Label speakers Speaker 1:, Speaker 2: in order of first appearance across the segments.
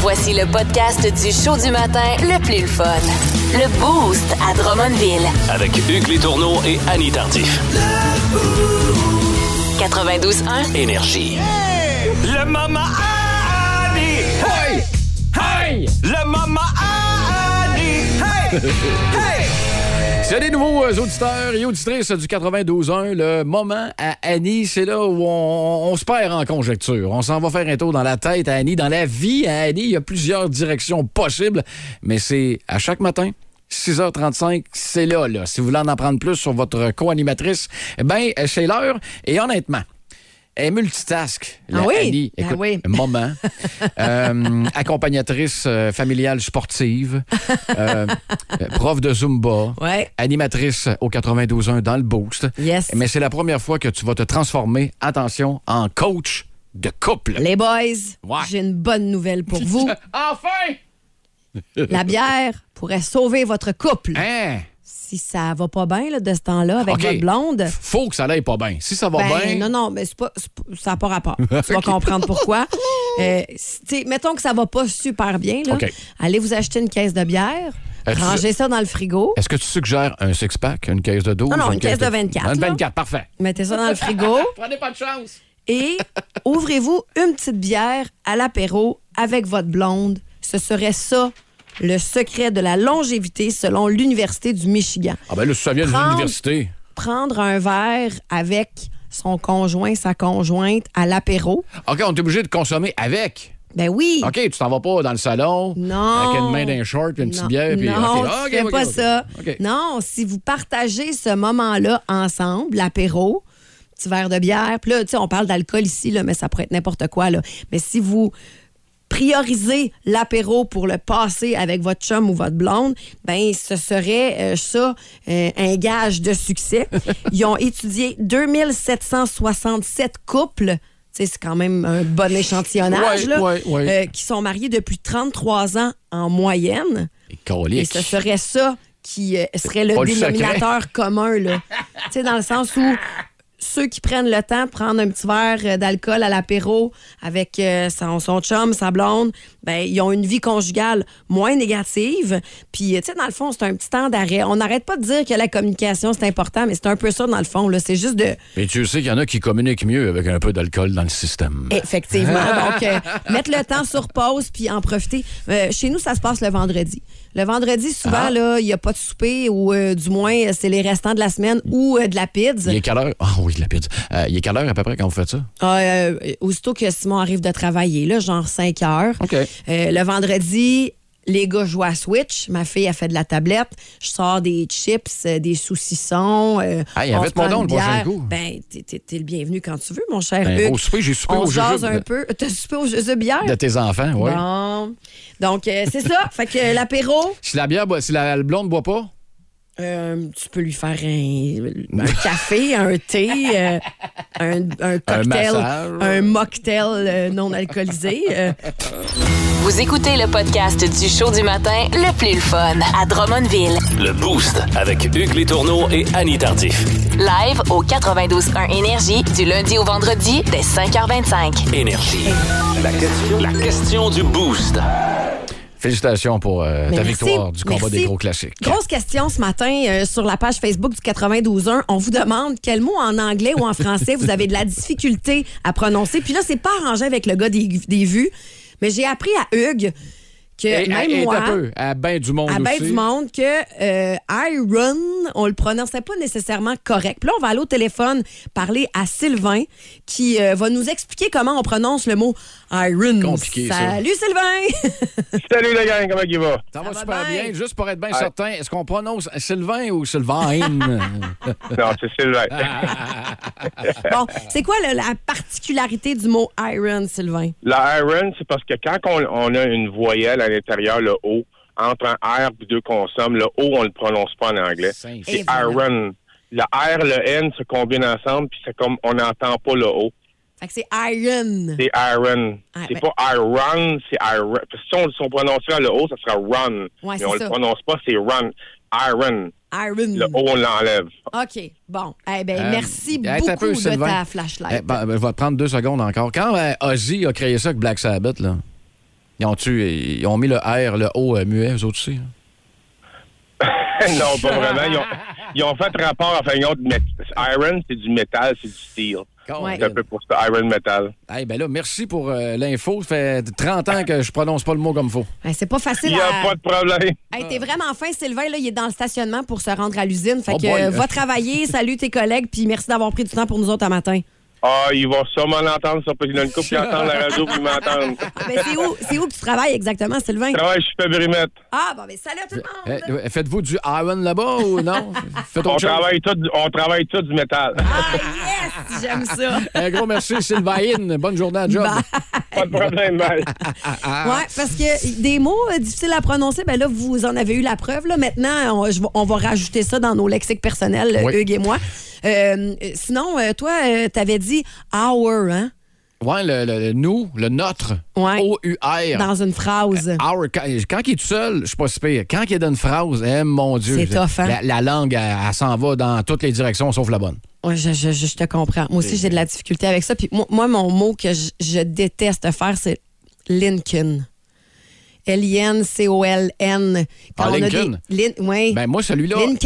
Speaker 1: Voici le podcast du show du matin le plus le fun. Le Boost à Drummondville.
Speaker 2: Avec Hugues Létourneau et Annie Tardif.
Speaker 1: 92.1.
Speaker 2: Énergie. Le Mama Annie! Hey! Hey! Le Mama Annie! Hey! Hey!
Speaker 3: C'est les nouveaux euh, auditeurs et auditrices du 92.1, le moment à Annie, c'est là où on, on se perd en conjecture. On s'en va faire un tour dans la tête à Annie, dans la vie à Annie. Il y a plusieurs directions possibles, mais c'est à chaque matin. 6h35, c'est là, là. Si vous voulez en apprendre plus sur votre co-animatrice, ben, euh, c'est l'heure. Et honnêtement, elle est multitask. la
Speaker 4: Ah oui?
Speaker 3: Annie.
Speaker 4: Ah
Speaker 3: Écoute,
Speaker 4: oui.
Speaker 3: moment. Euh, accompagnatrice euh, familiale sportive. euh, prof de Zumba
Speaker 4: Ouais.
Speaker 3: animatrice au 92.1 dans le Boost.
Speaker 4: Yes.
Speaker 3: Mais c'est la première fois que tu vas te transformer, attention, en coach de couple.
Speaker 4: Les boys,
Speaker 3: Ouais.
Speaker 4: j'ai une bonne nouvelle pour vous.
Speaker 3: Enfin!
Speaker 4: La bière pourrait sauver votre couple.
Speaker 3: Hein?
Speaker 4: Si ça va pas bien là, de ce temps-là avec
Speaker 3: OK.
Speaker 4: votre blonde.
Speaker 3: Faut que ça l'aille pas bien. Si ça va
Speaker 4: ben,
Speaker 3: bien...
Speaker 4: Non, non, mais c'est pas, c'est pas- ça n'a pas rapport. tu vas comprendre pourquoi. Euh, si- tu sais, mettons que ça va pas super bien. Là.
Speaker 3: OK.
Speaker 4: Allez vous acheter une caisse de bière,
Speaker 3: Euh, tu-
Speaker 4: rangez ça dans le frigo,
Speaker 3: Est-ce que tu suggères un six-pack, une caisse de 12?
Speaker 4: Non, non, une caisse de 24,
Speaker 3: Une
Speaker 4: là.
Speaker 3: 24, parfait.
Speaker 4: mettez ça dans le frigo
Speaker 3: Prenez pas de chance.
Speaker 4: et ouvrez-vous une petite bière à l'apéro avec votre blonde. Ce serait ça le secret de la longévité selon l'Université du Michigan.
Speaker 3: Ah ben là, si ça vient de
Speaker 4: Prendre-
Speaker 3: l'université...
Speaker 4: Prendre un verre avec son conjoint, sa conjointe à l'apéro.
Speaker 3: OK, on est obligé de consommer avec.
Speaker 4: Ben oui.
Speaker 3: OK, tu t'en vas pas dans le salon...
Speaker 4: Non.
Speaker 3: Avec une main d'un short, puis une petite bière, puis...
Speaker 4: Non,
Speaker 3: OK,
Speaker 4: tu
Speaker 3: OK,
Speaker 4: fais
Speaker 3: OK,
Speaker 4: pas
Speaker 3: OK.
Speaker 4: ça.
Speaker 3: OK.
Speaker 4: Non, si vous partagez ce moment-là ensemble, l'apéro, petit verre de bière, puis là, tu sais, on parle d'alcool ici, là, mais ça pourrait être n'importe quoi, là. Mais si vous priorisez l'apéro pour le passer avec votre chum ou votre blonde, ben ce serait euh, ça euh, un gage de succès. Ils ont étudié 2767 couples. Tu sais, C'est quand même un bon échantillonnage
Speaker 3: Ouais,
Speaker 4: là,
Speaker 3: ouais, ouais.
Speaker 4: euh, qui sont mariés depuis 33 ans en moyenne.
Speaker 3: Et
Speaker 4: Et
Speaker 3: colique.
Speaker 4: ce serait ça qui euh, serait le
Speaker 3: Pas le
Speaker 4: dénominateur commun. Là. tu sais, dans le sens où ceux qui prennent le temps de prendre un petit verre euh, d'alcool à l'apéro avec euh, son, son chum, sa blonde, ben, ils ont une vie conjugale moins négative. Puis, euh, tu sais, dans le fond, c'est un petit temps d'arrêt. On n'arrête pas de dire que la communication, c'est important, mais c'est un peu ça, dans le fond. là. C'est juste de...
Speaker 3: Mais tu sais qu'il y en a qui communiquent mieux avec un peu d'alcool dans le système.
Speaker 4: Effectivement.
Speaker 3: Hein?
Speaker 4: Donc, euh, mettre le temps sur pause puis en profiter. Euh, chez nous, ça se passe le vendredi. Le vendredi,
Speaker 3: Ah.
Speaker 4: souvent, là, il n'y a pas de souper ou euh, du moins, euh, c'est les restants de la semaine ou euh, de la pizza.
Speaker 3: Il est quelle heure? Ah oui, la pizza. Euh, il est quelle heure à peu près quand vous faites ça?
Speaker 4: Ah, euh, aussitôt que Simon arrive de travailler, là, genre 5 heures.
Speaker 3: OK.
Speaker 4: Euh, le vendredi, les gars jouent à Switch. Ma fille a fait de la tablette. Je sors des chips, euh, des saucissons. Euh,
Speaker 3: Hey, Ah,
Speaker 4: on
Speaker 3: invite
Speaker 4: se prend
Speaker 3: moi donc
Speaker 4: une
Speaker 3: le prochain
Speaker 4: bière.
Speaker 3: coup.
Speaker 4: Ben, t'es- t'es t'es le bienvenu quand tu veux, mon cher
Speaker 3: Ben,
Speaker 4: Hugues.
Speaker 3: au souper, j'ai soupé
Speaker 4: on
Speaker 3: au
Speaker 4: se jase
Speaker 3: jujube.
Speaker 4: un peu. T'as soupé au jujube hier?
Speaker 3: De tes enfants, oui.
Speaker 4: Bon. Donc, euh, c'est ça. fait que euh, l'apéro,
Speaker 3: Si la bière, boit- si la, le blonde ne boit pas,
Speaker 4: euh, tu peux lui faire un, un café, un thé, euh, un, un cocktail,
Speaker 3: massage.
Speaker 4: un, mocktail euh, non alcoolisé. euh.
Speaker 1: Vous écoutez le podcast du show du matin le plus le fun à Drummondville.
Speaker 2: Le Boost avec Hugues Létourneau et Annie Tardif.
Speaker 1: Live au 92.1 Énergie du lundi au vendredi dès 5h25.
Speaker 2: Énergie. La question, la question du Boost.
Speaker 3: félicitations pour euh,
Speaker 4: Mais
Speaker 3: ta
Speaker 4: merci.
Speaker 3: victoire du combat
Speaker 4: Merci.
Speaker 3: des gros classiques.
Speaker 4: Grosse question ce matin euh, sur la page Facebook du 92.1. On vous demande quel mot en anglais ou en français vous avez de la difficulté à prononcer. Puis là, c'est pas arrangé avec le gars des, des vues, mais j'ai appris à Hugues que
Speaker 3: Et,
Speaker 4: même
Speaker 3: et- et
Speaker 4: moi...
Speaker 3: t'as peu, à ben du monde
Speaker 4: à
Speaker 3: aussi.
Speaker 4: ben du monde que euh, Iron, on le prononçait pas nécessairement correct. Puis là, on va aller au téléphone parler à Sylvain qui euh, va nous expliquer comment on prononce le mot Iron.
Speaker 3: Compliqué, ça.
Speaker 4: Salut Sylvain!
Speaker 5: Salut la gang, comment il va?
Speaker 3: Ça va
Speaker 4: Ça va
Speaker 3: super bien.
Speaker 4: bien.
Speaker 3: Juste pour être bien certain, est-ce qu'on prononce Sylvain Euh, ou Sylvain?
Speaker 5: Non, c'est Sylvain.
Speaker 4: bon, c'est quoi le- la particularité du mot Iron, Sylvain?
Speaker 5: La iron, c'est parce que quand on, on a une voyelle à l'intérieur, le O, entre un R et deux consommes, le O, on le prononce pas en anglais.
Speaker 3: Saint-
Speaker 4: Et
Speaker 5: C'est
Speaker 4: voilà.
Speaker 5: iron. Le R, le N se combinent ensemble, puis c'est comme on n'entend pas le O.
Speaker 4: Fait que c'est Iron.
Speaker 5: C'est iron.
Speaker 4: Ah,
Speaker 5: c'est
Speaker 4: ben-
Speaker 5: pas iron, c'est iron. Parce que si on, si on prononçait le O, ça sera run.
Speaker 4: Ouais, c'est
Speaker 5: Mais on
Speaker 4: ça. Hmm.
Speaker 5: le prononce pas, c'est run. Iron.
Speaker 4: Iron.
Speaker 5: Le O, on l'enlève.
Speaker 4: OK. Bon. Eh ben,
Speaker 3: Euh,
Speaker 4: merci
Speaker 3: hey, t'as
Speaker 4: beaucoup
Speaker 3: peu,
Speaker 4: de
Speaker 3: Sylvain.
Speaker 4: ta
Speaker 3: Eh,
Speaker 4: flashlight.
Speaker 3: ben, ben, je vais te prendre deux secondes encore. Quand euh, Ozzy a créé ça avec Black Sabbath, là, Ils ont, tu, ils ont mis le R, le O euh, muet, eux autres aussi. hein.
Speaker 5: non, pas vraiment. Ils ont, ils ont fait rapport, enfin, ils ont du mét- Iron, c'est du métal, c'est du steel.
Speaker 4: Ouais.
Speaker 5: C'est un peu pour ça, Iron Metal.
Speaker 3: Hey, ben là, merci pour euh, l'info. Ça fait 30 ans que je prononce pas le mot comme faut.
Speaker 4: Ouais, Eh, c'est pas facile
Speaker 5: Il n'y a
Speaker 4: à-
Speaker 5: pas de problème.
Speaker 4: Hey, t'es vraiment fin, Sylvain. Là, il est dans le stationnement pour se rendre à l'usine. Fait
Speaker 3: Ah. Oh
Speaker 4: que
Speaker 3: boy.
Speaker 4: euh, va travailler, salue tes collègues, puis merci d'avoir pris du temps pour nous autres un matin.
Speaker 5: Ah, ils vont sûrement l'entendre, ça, parce qu'il y en a une couple qui entend la radio puis ils m'entendent.
Speaker 4: Ah, ben, c'est où, c'est où que tu travailles exactement, Sylvain?
Speaker 5: Je travaille, je suis Fabrimette.
Speaker 4: Ah, bon, ben salut à tout le monde!
Speaker 3: Eh, euh, Faites-vous du iron là-bas ou non? Faites
Speaker 5: On
Speaker 3: autre chose.
Speaker 5: travaille, tout, on travaille tout du métal.
Speaker 4: Ah, yes! J'aime ça!
Speaker 3: Un gros merci, Sylvain. Bonne journée à job. Ah.
Speaker 4: Bye.
Speaker 5: Pas de problème, bye.
Speaker 4: Ouais, parce que des mots euh, difficiles à prononcer, ben là, vous en avez eu la preuve. Là. Maintenant, on, je vais- on va rajouter ça dans nos lexiques personnels, euh,
Speaker 3: Oui.
Speaker 4: Hugues et moi. Euh, euh, sinon, euh, toi, euh, t'avais dit hour, hein?
Speaker 3: Ouais, le, le- le nous, le notre.
Speaker 4: Ouais.
Speaker 3: O-U-R.
Speaker 4: Dans une phrase.
Speaker 3: Our- quand, quand il est tout seul, je suis pas si pire. Quand il est dans une phrase, eh, mon Dieu.
Speaker 4: C'est tough, hein?
Speaker 3: la, la langue, elle, elle s'en va dans toutes les directions sauf la bonne.
Speaker 4: Oui, je, je- je- je te comprends. Moi aussi, j'ai de la difficulté avec ça. Puis moi, moi, mon mot que je, je déteste faire, c'est Lincoln. L-I-N-C-O-L-N.
Speaker 3: Ah,
Speaker 4: on a des-
Speaker 3: Lincoln.
Speaker 4: Lin- oui.
Speaker 3: Ben moi, celui-là,
Speaker 4: Lincoln.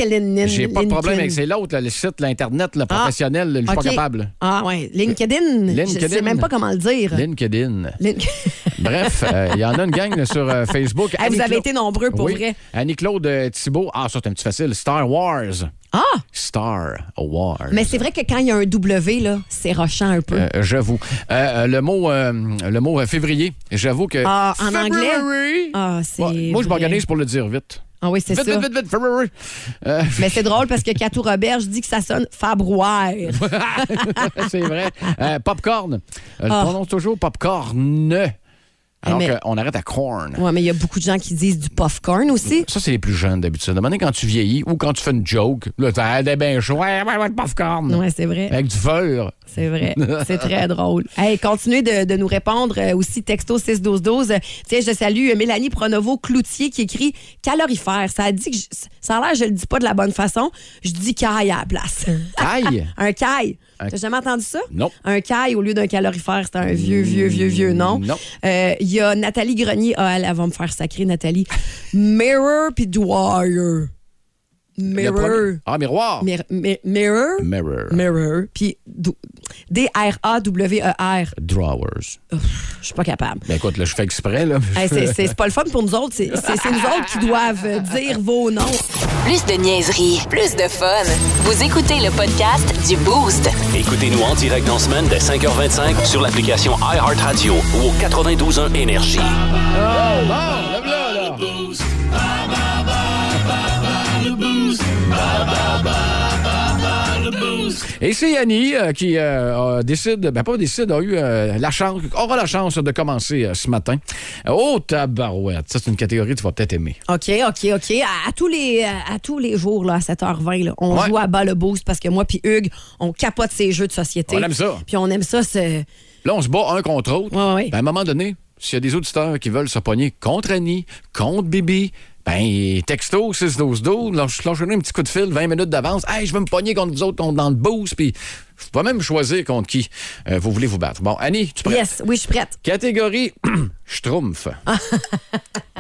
Speaker 3: j'ai pas de problème
Speaker 4: Lincoln.
Speaker 3: avec c'est l'autre, là, le site, l'Internet, le professionnel, je suis
Speaker 4: Ah, OK.
Speaker 3: pas capable.
Speaker 4: Ah, ouais. LinkedIn. Je
Speaker 3: LinkedIn.
Speaker 4: sais même pas comment le dire.
Speaker 3: LinkedIn.
Speaker 4: Lin-
Speaker 3: Bref, euh, il y en a une gang là, sur euh, Facebook.
Speaker 4: Hey, vous
Speaker 3: Annie-Claude-
Speaker 4: avez été nombreux pour
Speaker 3: Oui.
Speaker 4: vrai.
Speaker 3: Annie-Claude euh, Thibault. Ah, ça, c'est un petit facile. Star Wars.
Speaker 4: Ah!
Speaker 3: Star Wars.
Speaker 4: Mais c'est vrai que quand il y a un W, là, c'est rochant un peu.
Speaker 3: Euh, j'avoue. Euh, euh, le mot, euh, le mot euh, février, j'avoue que.
Speaker 4: Ah, en anglais?
Speaker 3: February.
Speaker 4: Ah, c'est
Speaker 3: Ouais, moi, je
Speaker 4: vrai.
Speaker 3: m'organise pour le dire vite.
Speaker 4: Ah oui, c'est
Speaker 3: Vite,
Speaker 4: ça.
Speaker 3: vite, vite, vite, February. Euh,
Speaker 4: Mais c'est drôle parce que Catou Robert, je dis que ça sonne Fabroire.
Speaker 3: c'est vrai. Euh, popcorn. Euh, Je
Speaker 4: Ah. Eh,
Speaker 3: prononce toujours popcorn. Alors
Speaker 4: mais-
Speaker 3: qu'on arrête à corn.
Speaker 4: Ouais, mais il y a beaucoup de gens qui disent du popcorn aussi.
Speaker 3: Ça, c'est les plus jeunes d'habitude. Demandez quand tu vieillis ou quand tu fais une joke. Là, t'as des bien chaud. Ouais, ouais, ouais, le popcorn.
Speaker 4: Ouais, c'est vrai.
Speaker 3: Avec du feu.
Speaker 4: C'est vrai. C'est très drôle. Hey, continuez de, de nous répondre euh, aussi texto 6 12 12. Euh, Tiens, je salue euh, Mélanie Pronovo Cloutier qui écrit calorifère. Ça a dit que je- ça a l'air je le dis pas de la bonne façon. Je dis caille à la place.
Speaker 3: Aïe.
Speaker 4: Un caille.
Speaker 3: Un-
Speaker 4: T'as jamais entendu ça?
Speaker 3: Non.
Speaker 4: Un caille au lieu d'un calorifère, c'est un vieux, vieux, vieux, vieux nom.
Speaker 3: Non.
Speaker 4: Euh, Il y a Nathalie Grenier. Ah, elle, elle va me faire sacrer, Nathalie. Mirror puis Dwyer.
Speaker 3: Le
Speaker 4: Mirror.
Speaker 3: premier- Ah, miroir.
Speaker 4: Mir- mi- mirror.
Speaker 3: Mirror.
Speaker 4: Mirror. Puis dou- D-R-A-W-E-R.
Speaker 3: Drawers.
Speaker 4: E Oh, Je suis pas capable.
Speaker 3: Ben écoute, là, je fais exprès, là.
Speaker 4: Hey, c'est- c'est c'est pas le fun pour nous autres. C'est c'est- c'est nous autres qui doivent euh, dire vos noms.
Speaker 1: Plus de niaiserie, plus de fun. Vous écoutez le podcast du Boost.
Speaker 2: Écoutez-nous en direct en semaine dès 5h25 sur l'application iHeartRadio ou au 92.1 Énergie.
Speaker 3: Ah, lève-la, là. Et c'est Annie euh, qui euh, a- décide, ben pas décide, a eu euh, la chance, aura la chance de commencer euh, ce matin. Oh, tabarouette. Ça, c'est une catégorie que tu vas peut-être aimer.
Speaker 4: OK, OK, OK. À, à tous, les, à tous les jours, là, à 7h20, là, on
Speaker 3: Ouais.
Speaker 4: joue à bas le boost parce que moi puis Hugues, on capote ces jeux de société.
Speaker 3: On aime ça.
Speaker 4: Puis on aime ça. c'est-
Speaker 3: Là, on se bat un contre l'autre.
Speaker 4: Ouais, ouais.
Speaker 3: Ben, à un moment donné, s'il y a des auditeurs qui veulent se pogner contre Annie, contre Bibi, ben, texto 6 12 12 lâche- lâchez-nous un petit coup de fil, 20 minutes d'avance. Hey, je vais me pogner contre vous autres, contre dans le boost, puis je peux même choisir contre qui euh, vous voulez vous battre. Bon, Annie, tu prêtes?
Speaker 4: Yes, oui, je suis prête.
Speaker 3: Catégorie Schtroumpf. ah,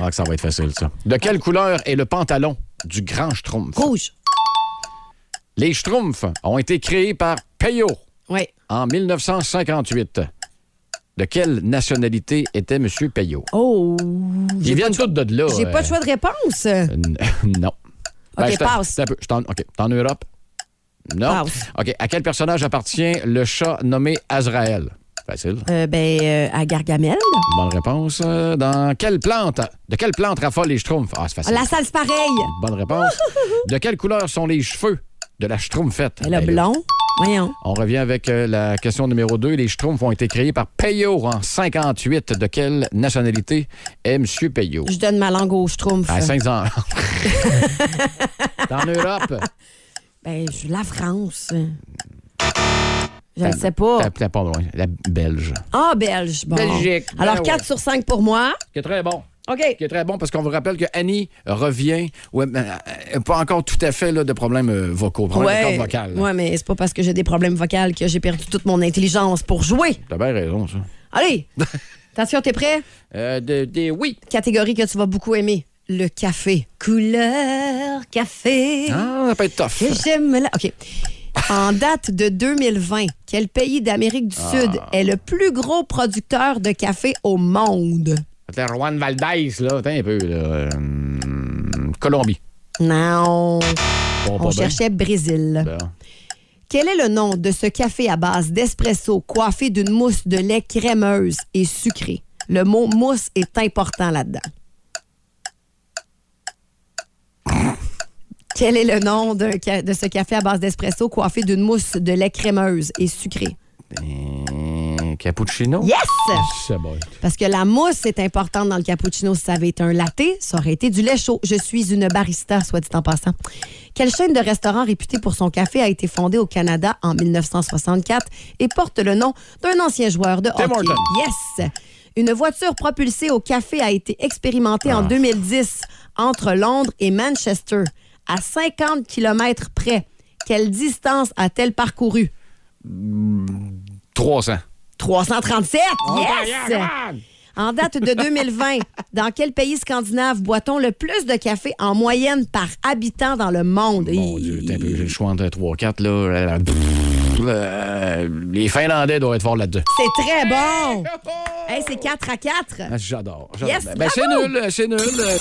Speaker 3: que ça va être facile, ça. De quelle couleur est le pantalon du grand Schtroumpf?
Speaker 4: Rouge.
Speaker 3: Les Schtroumpfs ont été créés par Payot
Speaker 4: Oui.
Speaker 3: en 1958. De quelle nationalité était M. Payot?
Speaker 4: Oh.
Speaker 3: Ils viennent tous de là.
Speaker 4: J'ai pas de
Speaker 3: euh,
Speaker 4: choix de réponse.
Speaker 3: n- non.
Speaker 4: Ok,
Speaker 3: c'est un-
Speaker 4: passe.
Speaker 3: c'est un peu- je t'en- OK, t'es en Europe? Non.
Speaker 4: Passe.
Speaker 3: OK, à quel personnage appartient le chat nommé Azrael? Facile.
Speaker 4: Euh, ben, euh, à Gargamel.
Speaker 3: Bonne réponse. Euh, Dans quelle plante? De quelle plante raffolent les schtroumpfs? Ah, c'est facile.
Speaker 4: La salle, c'est pareil.
Speaker 3: Bonne réponse. De quelle couleur sont les cheveux de la schtroumpfette?
Speaker 4: Elle a
Speaker 3: Ben là,
Speaker 4: blond. Voyons.
Speaker 3: On revient avec euh, la question numéro 2. Les schtroumpfs ont été créés par Payot en 58. De quelle nationalité est M. Payot?
Speaker 4: Je donne ma langue au schtroumpf.
Speaker 3: À 5 ans. Dans l'Europe.
Speaker 4: Ben, je la France. Je ne sais pas.
Speaker 3: T'as- t'as pas loin. La Belge.
Speaker 4: Ah, belge. Bon.
Speaker 3: Belgique, ben
Speaker 4: Alors,
Speaker 3: ouais.
Speaker 4: 4 sur 5 pour moi.
Speaker 3: Qui est très bon.
Speaker 4: OK.
Speaker 3: Qui est très bon parce qu'on vous rappelle que Annie revient. Ouais, mais, euh, pas encore tout à fait là, de problèmes euh, vocaux. Problèmes de cordes vocales.
Speaker 4: ouais, mais c'est pas parce que j'ai des problèmes vocaux que j'ai perdu toute mon intelligence pour jouer.
Speaker 3: T'as bien raison, ça.
Speaker 4: Allez! Attention, t'es prêt?
Speaker 3: Euh, de, des- oui.
Speaker 4: Catégorie que tu vas beaucoup aimer. Le café. Couleur café.
Speaker 3: Ah, ça peut être tough.
Speaker 4: Que j'aime là. OK. En date de 2020, quel pays d'Amérique du
Speaker 3: Ah.
Speaker 4: Sud est le plus gros producteur de café au monde?
Speaker 3: C'était Juan Valdez, là. Attends un peu, là. Euh, hum, Colombie.
Speaker 4: Non.
Speaker 3: Bon, pas bien.
Speaker 4: On
Speaker 3: Ben.
Speaker 4: cherchait Brésil.
Speaker 3: Bon.
Speaker 4: Quel est le nom de ce café à base d'espresso coiffé d'une mousse de lait crémeuse et sucrée? Le mot mousse est important là-dedans. Quel est le nom d'un ca- de ce café à base d'espresso coiffé d'une mousse de lait crémeuse et sucrée?
Speaker 3: Euh, cappuccino?
Speaker 4: Yes!
Speaker 3: C'est bon.
Speaker 4: Parce que la mousse est importante dans le cappuccino. Si ça avait été un latte, ça aurait été du lait chaud. Je suis une barista, soit dit en passant. Quelle chaîne de restaurants réputée pour son café a été fondée au Canada en 1964 et porte le nom d'un ancien joueur de
Speaker 3: Tim
Speaker 4: hockey?
Speaker 3: Hortons.
Speaker 4: Yes! Une voiture propulsée au café a été expérimentée
Speaker 3: Ah.
Speaker 4: en 2010 entre Londres et Manchester. À 50 km près, quelle distance a-t-elle parcourue?
Speaker 3: 300.
Speaker 4: 337!
Speaker 3: hein,
Speaker 4: Yes! En date de 2020, dans quel pays scandinave boit-on le plus de café en moyenne par habitant dans le monde?
Speaker 3: Mon Dieu, t'as un peu, j'ai le choix entre 3-4, là. Euh, pff, euh, les Finlandais doivent être forts là-dedans.
Speaker 4: C'est très bon! Hey, c'est 4 à 4.
Speaker 3: Ah, J'adore. j'adore.
Speaker 4: Yes,
Speaker 3: Ben, ben, c'est
Speaker 4: bravo!
Speaker 3: nul, euh. c'est nul.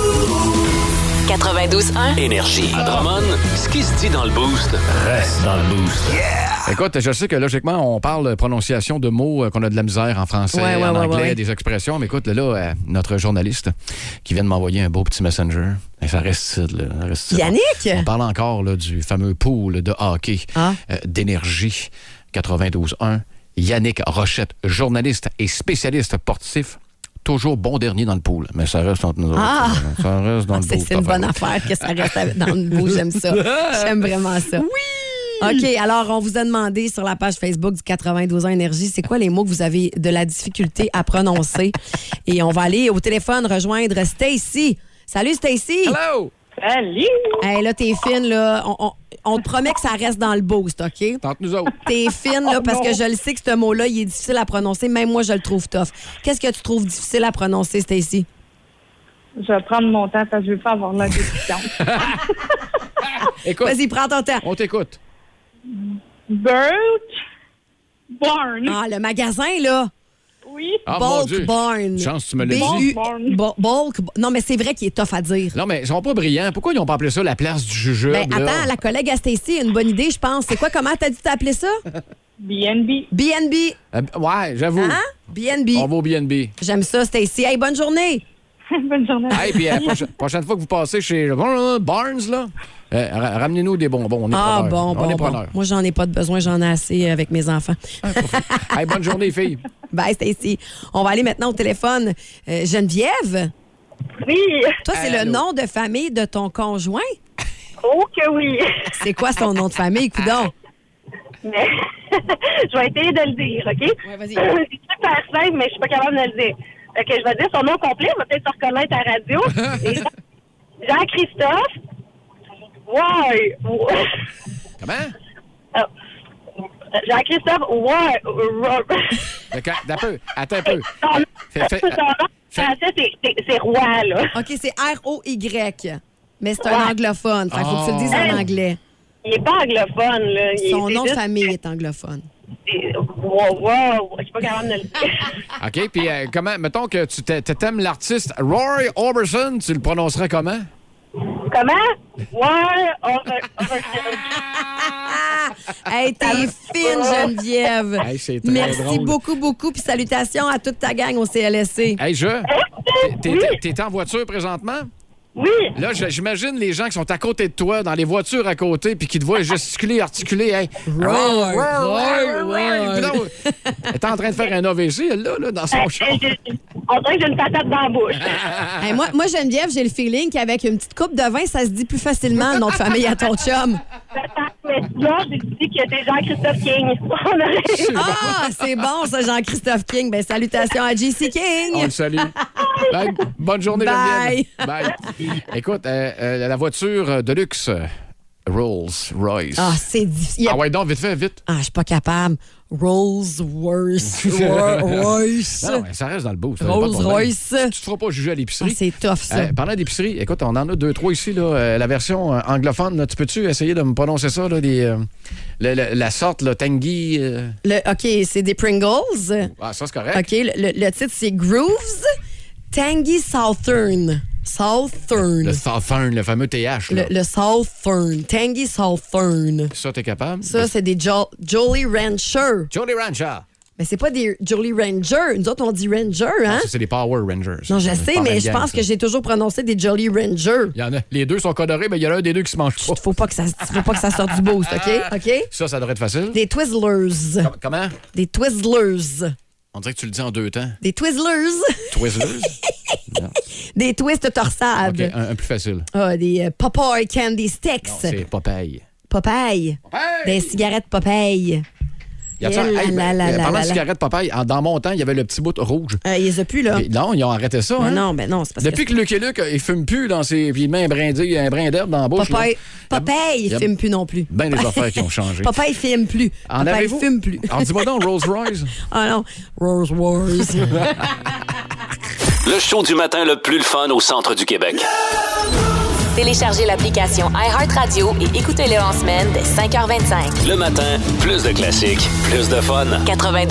Speaker 1: 92.1,
Speaker 2: Énergie. À Drummond, ce qui se dit dans le boost reste dans le boost.
Speaker 3: Écoute, je sais que logiquement, on parle prononciation de mots euh, qu'on a de la misère en français,
Speaker 4: Ouais, ouais,
Speaker 3: en
Speaker 4: ouais,
Speaker 3: anglais,
Speaker 4: ouais.
Speaker 3: des expressions. Mais écoute, là, euh, notre journaliste qui vient de m'envoyer un beau petit messenger. Et ça reste ici, là, ça reste ici.
Speaker 4: Yannick?
Speaker 3: On parle encore là, du fameux pool de hockey
Speaker 4: Ah.
Speaker 3: euh, d'énergie 92.1. Yannick Rochette, journaliste et spécialiste sportif, toujours bon dernier dans le pool. Mais ça reste entre nous autres.
Speaker 4: Ah!
Speaker 3: Ça reste dans
Speaker 4: Ah,
Speaker 3: le
Speaker 4: c'est
Speaker 3: pool.
Speaker 4: c'est une
Speaker 3: cette
Speaker 4: bonne
Speaker 3: affaire-là.
Speaker 4: affaire que ça reste avec- dans le beau. J'aime ça. J'aime vraiment ça. Oui! OK, alors on vous a demandé sur la page Facebook du 92 ans Énergie, c'est quoi les mots que vous avez de la difficulté à prononcer? Et on va aller au téléphone rejoindre Stacy. Salut Stacy!
Speaker 3: Hello!
Speaker 6: Salut!
Speaker 4: Hey, là, t'es fine, là. On, on- on te promet que ça reste dans le boost, OK?
Speaker 3: Tente nous autres.
Speaker 4: T'es fine,
Speaker 3: Oh,
Speaker 4: là, parce que je le sais que ce mot-là, il est difficile à prononcer. Même moi, je le trouve tough. Qu'est-ce que tu trouves difficile à prononcer, Stacy?
Speaker 6: Je vais prendre mon temps parce que je veux pas avoir l'air déficiente.
Speaker 3: Écoute,
Speaker 4: Vas-y, prends ton temps.
Speaker 3: on t'écoute.
Speaker 6: Birch Barn.
Speaker 4: Ah, le magasin, là.
Speaker 6: Oui.
Speaker 3: Ah, mon
Speaker 4: Bulk
Speaker 3: Dieu.
Speaker 4: Barn.
Speaker 3: Chance, tu me l'as dit.
Speaker 4: B-U-
Speaker 6: Bulk
Speaker 4: Bu- Bulk. Non, mais c'est vrai qu'il est tough à dire.
Speaker 3: Non, mais ils sont pas brillants. Pourquoi ils n'ont pas appelé ça la place du jugeur?
Speaker 4: Ben, attends, la collègue à Stacy a une bonne idée, je pense. C'est quoi? Comment t'as dit t'appeler ça?
Speaker 6: BNB.
Speaker 4: BNB.
Speaker 3: Euh, ouais, j'avoue.
Speaker 4: Hein? BNB.
Speaker 3: Oh. On va au BNB.
Speaker 4: J'aime ça, Stacy. Hey, bonne journée.
Speaker 6: Bonne journée.
Speaker 3: Hey, puis la prochaine, prochaine fois que vous passez chez Barnes, là, euh, ra- ramenez-nous des bonbons. On est
Speaker 4: Ah,
Speaker 3: preneurs.
Speaker 4: bon,
Speaker 3: On
Speaker 4: bon,
Speaker 3: est
Speaker 4: bon.
Speaker 3: preneurs.
Speaker 4: Moi, j'en ai pas de besoin. J'en ai assez avec mes enfants.
Speaker 3: Hey, bonne journée, filles.
Speaker 4: Bye, Stacy. On va aller maintenant au téléphone. Euh, Geneviève,
Speaker 6: Oui.
Speaker 4: toi, c'est le
Speaker 3: Allô.
Speaker 4: nom de famille de ton conjoint.
Speaker 6: Oh que oui.
Speaker 4: C'est quoi son nom de famille, coudon?
Speaker 6: Mais je vais essayer de le dire, OK?
Speaker 4: Ouais, vas-y.
Speaker 6: C'est super simple, mais je suis pas capable de le dire. Fait que je vais dire son nom complet, on va peut-être se reconnaître à la radio. Et Jean- Jean-Christophe. Oh. Why?
Speaker 3: Comment?
Speaker 6: Ah. Jean-Christophe, why?
Speaker 3: D'accord, Attends un peu. Attends un peu.
Speaker 6: Son nom-
Speaker 3: Fais- fais-
Speaker 6: son nom
Speaker 3: fais-
Speaker 6: français, c'est- c'est- c'est roi, là.
Speaker 4: OK, c'est R-O-Y. Mais c'est un
Speaker 6: Ouais.
Speaker 4: anglophone. Fait qu'il faut que tu le dises en
Speaker 6: Oh.
Speaker 4: anglais.
Speaker 6: Il est pas anglophone, là. Il-
Speaker 4: Son
Speaker 6: c'est
Speaker 4: nom de
Speaker 6: juste-
Speaker 4: famille est anglophone.
Speaker 6: c'est- Wow, wow, je suis pas capable de le dire.
Speaker 3: OK, puis euh, comment? Mettons que tu t'a- t'aimes l'artiste Rory Orbison, tu le prononcerais comment?
Speaker 6: Comment? Ouais, over, over-
Speaker 4: Hey, t'es fine, Geneviève.
Speaker 3: Hey, c'est très
Speaker 4: Merci
Speaker 3: drôle.
Speaker 4: beaucoup, beaucoup. Puis salutations à toute ta gang au CLSC.
Speaker 3: Hey, je. t'es- T'es
Speaker 6: Oui.
Speaker 3: t'es en voiture présentement?
Speaker 6: Oui,
Speaker 3: Là, je- j'imagine les gens qui sont à côté de toi, dans les voitures à côté, puis qui te voient gesticuler, articuler. Hey,
Speaker 4: Roar, roar,
Speaker 3: roar,
Speaker 4: roar.
Speaker 3: Puis là, Elle est en train de faire un AVC, elle, là, là, dans son char.
Speaker 6: euh, j'ai- on dirait que j'ai une patate dans la bouche.
Speaker 3: Ah.
Speaker 4: Hey, moi, moi, Geneviève, j'ai le feeling qu'avec une petite coupe de vin, ça se dit plus facilement le nom de famille à ton chum.
Speaker 6: Attends, mais là, j'ai dit que c'est Jean-Christophe King. On aurait-
Speaker 4: Ah, c'est bon, ça, Jean-Christophe King. Ben, salutations à JC
Speaker 3: On
Speaker 4: King.
Speaker 3: le salue. Bye. Bonne journée,
Speaker 4: Bye.
Speaker 3: Geneviève. Bye. Écoute, euh, euh, la voiture de luxe, euh, Rolls-Royce.
Speaker 4: Ah, c'est difficile.
Speaker 3: Ah ouais, donc, vite fait, vite.
Speaker 4: Ah, je suis pas capable. Ah, Rolls-Royce.
Speaker 3: Ah,
Speaker 4: Ro- Royce.
Speaker 3: Non, mais ça reste dans le boost.
Speaker 4: Rolls-Royce.
Speaker 3: Tu ne te feras pas juger à
Speaker 4: Ah,
Speaker 3: l'épicerie.
Speaker 4: c'est tough, ça.
Speaker 3: Euh, parlant d'épicerie, écoute, on en a deux, trois ici. Là, Euh, la version euh, anglophone, là, tu peux-tu essayer de me prononcer ça? Là, des, euh, le- le- la sorte, le tangy. euh,
Speaker 4: Le- OK, c'est des Pringles.
Speaker 3: Ah, ça, c'est correct.
Speaker 4: Euh. OK, le, le- le titre, c'est Grooves Tangy Southern.
Speaker 3: Le
Speaker 4: Southern.
Speaker 3: southern, le fameux TH.
Speaker 4: Le,
Speaker 3: là.
Speaker 4: le Southern. Tangy Southern.
Speaker 3: Ça, t'es capable?
Speaker 4: Ça, c'est des Jo- Jolly Rancher.
Speaker 3: Jolly Rancher.
Speaker 4: Mais c'est pas des Jolly Ranger. Nous autres, on dit Ranger,
Speaker 3: Ah,
Speaker 4: hein?
Speaker 3: ça, c'est les Power Rangers.
Speaker 4: Non, je
Speaker 3: C'est
Speaker 4: sais,
Speaker 3: pas la
Speaker 4: mais je
Speaker 3: gang,
Speaker 4: pense
Speaker 3: ça.
Speaker 4: que j'ai toujours prononcé des Jolly Ranger.
Speaker 3: Il y en a. Les deux sont colorés, mais il y en a un des deux qui se mange pas.
Speaker 4: Faut pas que ça, faut pas que ça sorte du boost, OK?
Speaker 3: Ah.
Speaker 4: OK?
Speaker 3: Ça, ça devrait être facile.
Speaker 4: Des Twizzlers.
Speaker 3: Com- Comment?
Speaker 4: Des Twizzlers.
Speaker 3: On dirait que tu le dis en deux temps.
Speaker 4: Des Twizzlers.
Speaker 3: Twizzlers?
Speaker 4: Des twists torsades.
Speaker 3: OK, un, un plus facile.
Speaker 4: Ah, des euh, Popeye Candy Sticks.
Speaker 3: C'est Popeye.
Speaker 4: Popeye. Des cigarettes Popeye.
Speaker 3: Y a-t-il-
Speaker 4: Eh là
Speaker 3: Hey,
Speaker 4: là
Speaker 3: ben,
Speaker 4: là
Speaker 3: euh,
Speaker 4: là
Speaker 3: Parlant
Speaker 4: là
Speaker 3: de
Speaker 4: là.
Speaker 3: cigarette Popeye, en- dans mon temps, il y avait le petit bout rouge.
Speaker 4: Euh, ils les ont plus, là.
Speaker 3: Et non, ils ont arrêté ça.
Speaker 4: Mais
Speaker 3: hein?
Speaker 4: Ah non, mais non, c'est parce
Speaker 3: Depuis que Lucky Luke, euh, il fume plus dans ses. Puis il met un brin d'herbe- un brin d'herbe dans la
Speaker 4: que
Speaker 3: bouche.
Speaker 4: Popeye,
Speaker 3: là.
Speaker 4: Popeye
Speaker 3: y a-
Speaker 4: filme plus non plus.
Speaker 3: Ben des affaires qui ont changé.
Speaker 4: Popeye filme plus.
Speaker 3: En
Speaker 4: Popeye
Speaker 3: avez-vous?
Speaker 4: fume plus.
Speaker 3: Alors, dis-moi donc, Rolls Royce.
Speaker 4: Ah non, Rolls Royce.
Speaker 2: Le show du matin le plus le fun au centre du Québec.
Speaker 1: Téléchargez l'application iHeartRadio et écoutez-le en semaine dès 5h25.
Speaker 2: Le matin, plus de classiques, plus de fun.
Speaker 1: 92.1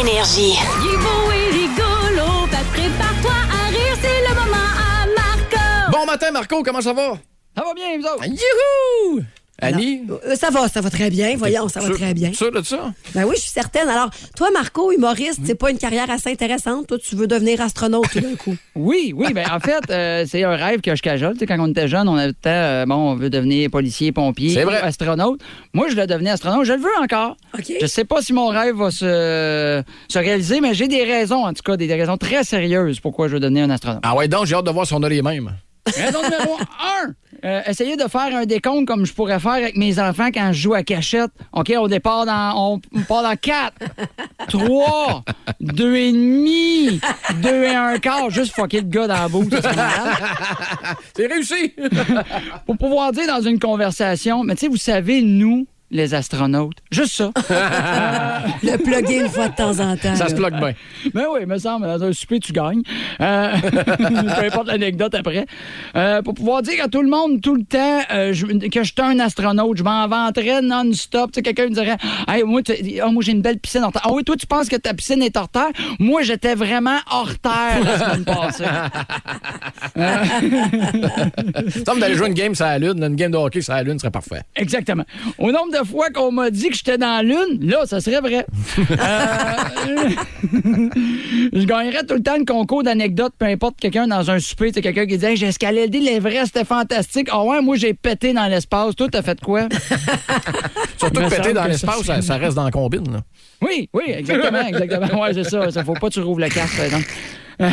Speaker 1: Énergie.
Speaker 7: Il est rigolo, fait que prépare-toi à rire, c'est le moment à Marco.
Speaker 3: Bon matin, Marco, comment ça va? Ah,
Speaker 8: Ça va bien, vous autres?
Speaker 3: Youhou! Annie?
Speaker 4: Euh, ça va, ça va très bien. Voyons, oh, ça va
Speaker 3: Sûr-
Speaker 4: très bien.
Speaker 3: Sûr de ça?
Speaker 4: Ben oui, je suis certaine. Alors, toi, Marco, humoriste, c'est pas une carrière assez intéressante. Toi, tu veux devenir astronaute tout d'un coup.
Speaker 8: Oui, oui, ben en fait, euh, c'est un rêve que je cajole. Tu sais, quand on était jeune, on avait le temps, euh, bon, on veut devenir policier, pompier,
Speaker 3: C'est vrai.
Speaker 8: astronaute. Moi, je l'ai devenu astronaute, je le veux encore.
Speaker 4: OK.
Speaker 8: Je sais pas si mon rêve va se, se réaliser, mais j'ai des raisons, en tout cas, des, des raisons très sérieuses pourquoi je veux devenir un astronaute.
Speaker 3: Ah ouais, donc, j'ai hâte de voir si on a les mêmes.
Speaker 8: Raison numéro un, euh, essayer de faire un décompte comme je pourrais faire avec mes enfants quand je joue à cachette. OK, on départ dans, on part dans 4, 3, 2 et demi, 2 et un quart. Juste fucker le gars dans la bouche. ça serait malade.
Speaker 3: C'est réussi!
Speaker 8: Pour pouvoir dire dans une conversation, mais tu sais, vous savez, nous, les astronautes, juste ça.
Speaker 4: Le plugger une fois de temps en temps.
Speaker 3: ça
Speaker 4: là.
Speaker 3: se bloque bien.
Speaker 8: Mais Ben oui, me semble, dans un souper, tu gagnes. Euh, peu importe l'anecdote après. Euh, pour pouvoir dire à tout le monde, tout le temps, euh, je- que je suis un astronaute, je m'inventerais non-stop. Tu sais, Quelqu'un me dirait hey, Moi, tu- ah, moi j'ai une belle piscine hors terre. Ah oui, toi, tu penses que ta piscine est hors terre Moi, j'étais vraiment hors terre la semaine passée.
Speaker 3: Ça me d'aller jouer une game sur la Lune, une game de hockey sur la Lune serait parfait.
Speaker 8: Exactement. Au nombre de fois qu'on m'a dit que j'étais dans la lune, là, ça serait vrai. Euh, je gagnerais tout le temps le concours d'anecdotes, peu importe quelqu'un dans un souper, c'est quelqu'un qui dit Hey, j'ai escaladé l'Everest, c'était fantastique. Ah ouais, moi j'ai pété dans l'espace. Toi, t'as fait quoi Il
Speaker 3: Surtout
Speaker 8: me
Speaker 3: que péter
Speaker 8: semble
Speaker 3: dans
Speaker 8: que
Speaker 3: l'espace, ça,
Speaker 8: ça-
Speaker 3: ça reste dans la combine. là.
Speaker 8: Oui, oui, exactement, exactement. Ouais, c'est ça. Ça faut pas que tu rouvres le casque, par exemple.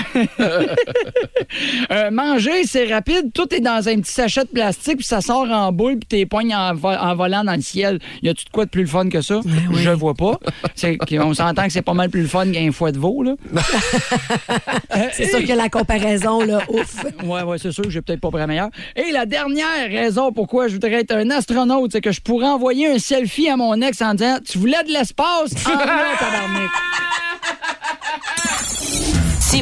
Speaker 8: Euh, manger, c'est rapide. Tout est dans un petit sachet de plastique, puis ça sort en boule, puis t'es pognes en, vo- en volant dans le ciel. Y a-tu de quoi de plus le fun que ça? Je vois pas. C'est que- on s'entend que c'est pas mal plus le fun qu'un foie de veau, là.
Speaker 4: C'est sûr que la comparaison, là, ouf.
Speaker 8: Ouais, ouais, c'est sûr que j'ai peut-être pas pris meilleur. Et la dernière raison pourquoi je voudrais être un astronaute, c'est que je pourrais envoyer un selfie à mon ex en disant Tu voulais de l'espace? En là, tabarnak!
Speaker 1: Si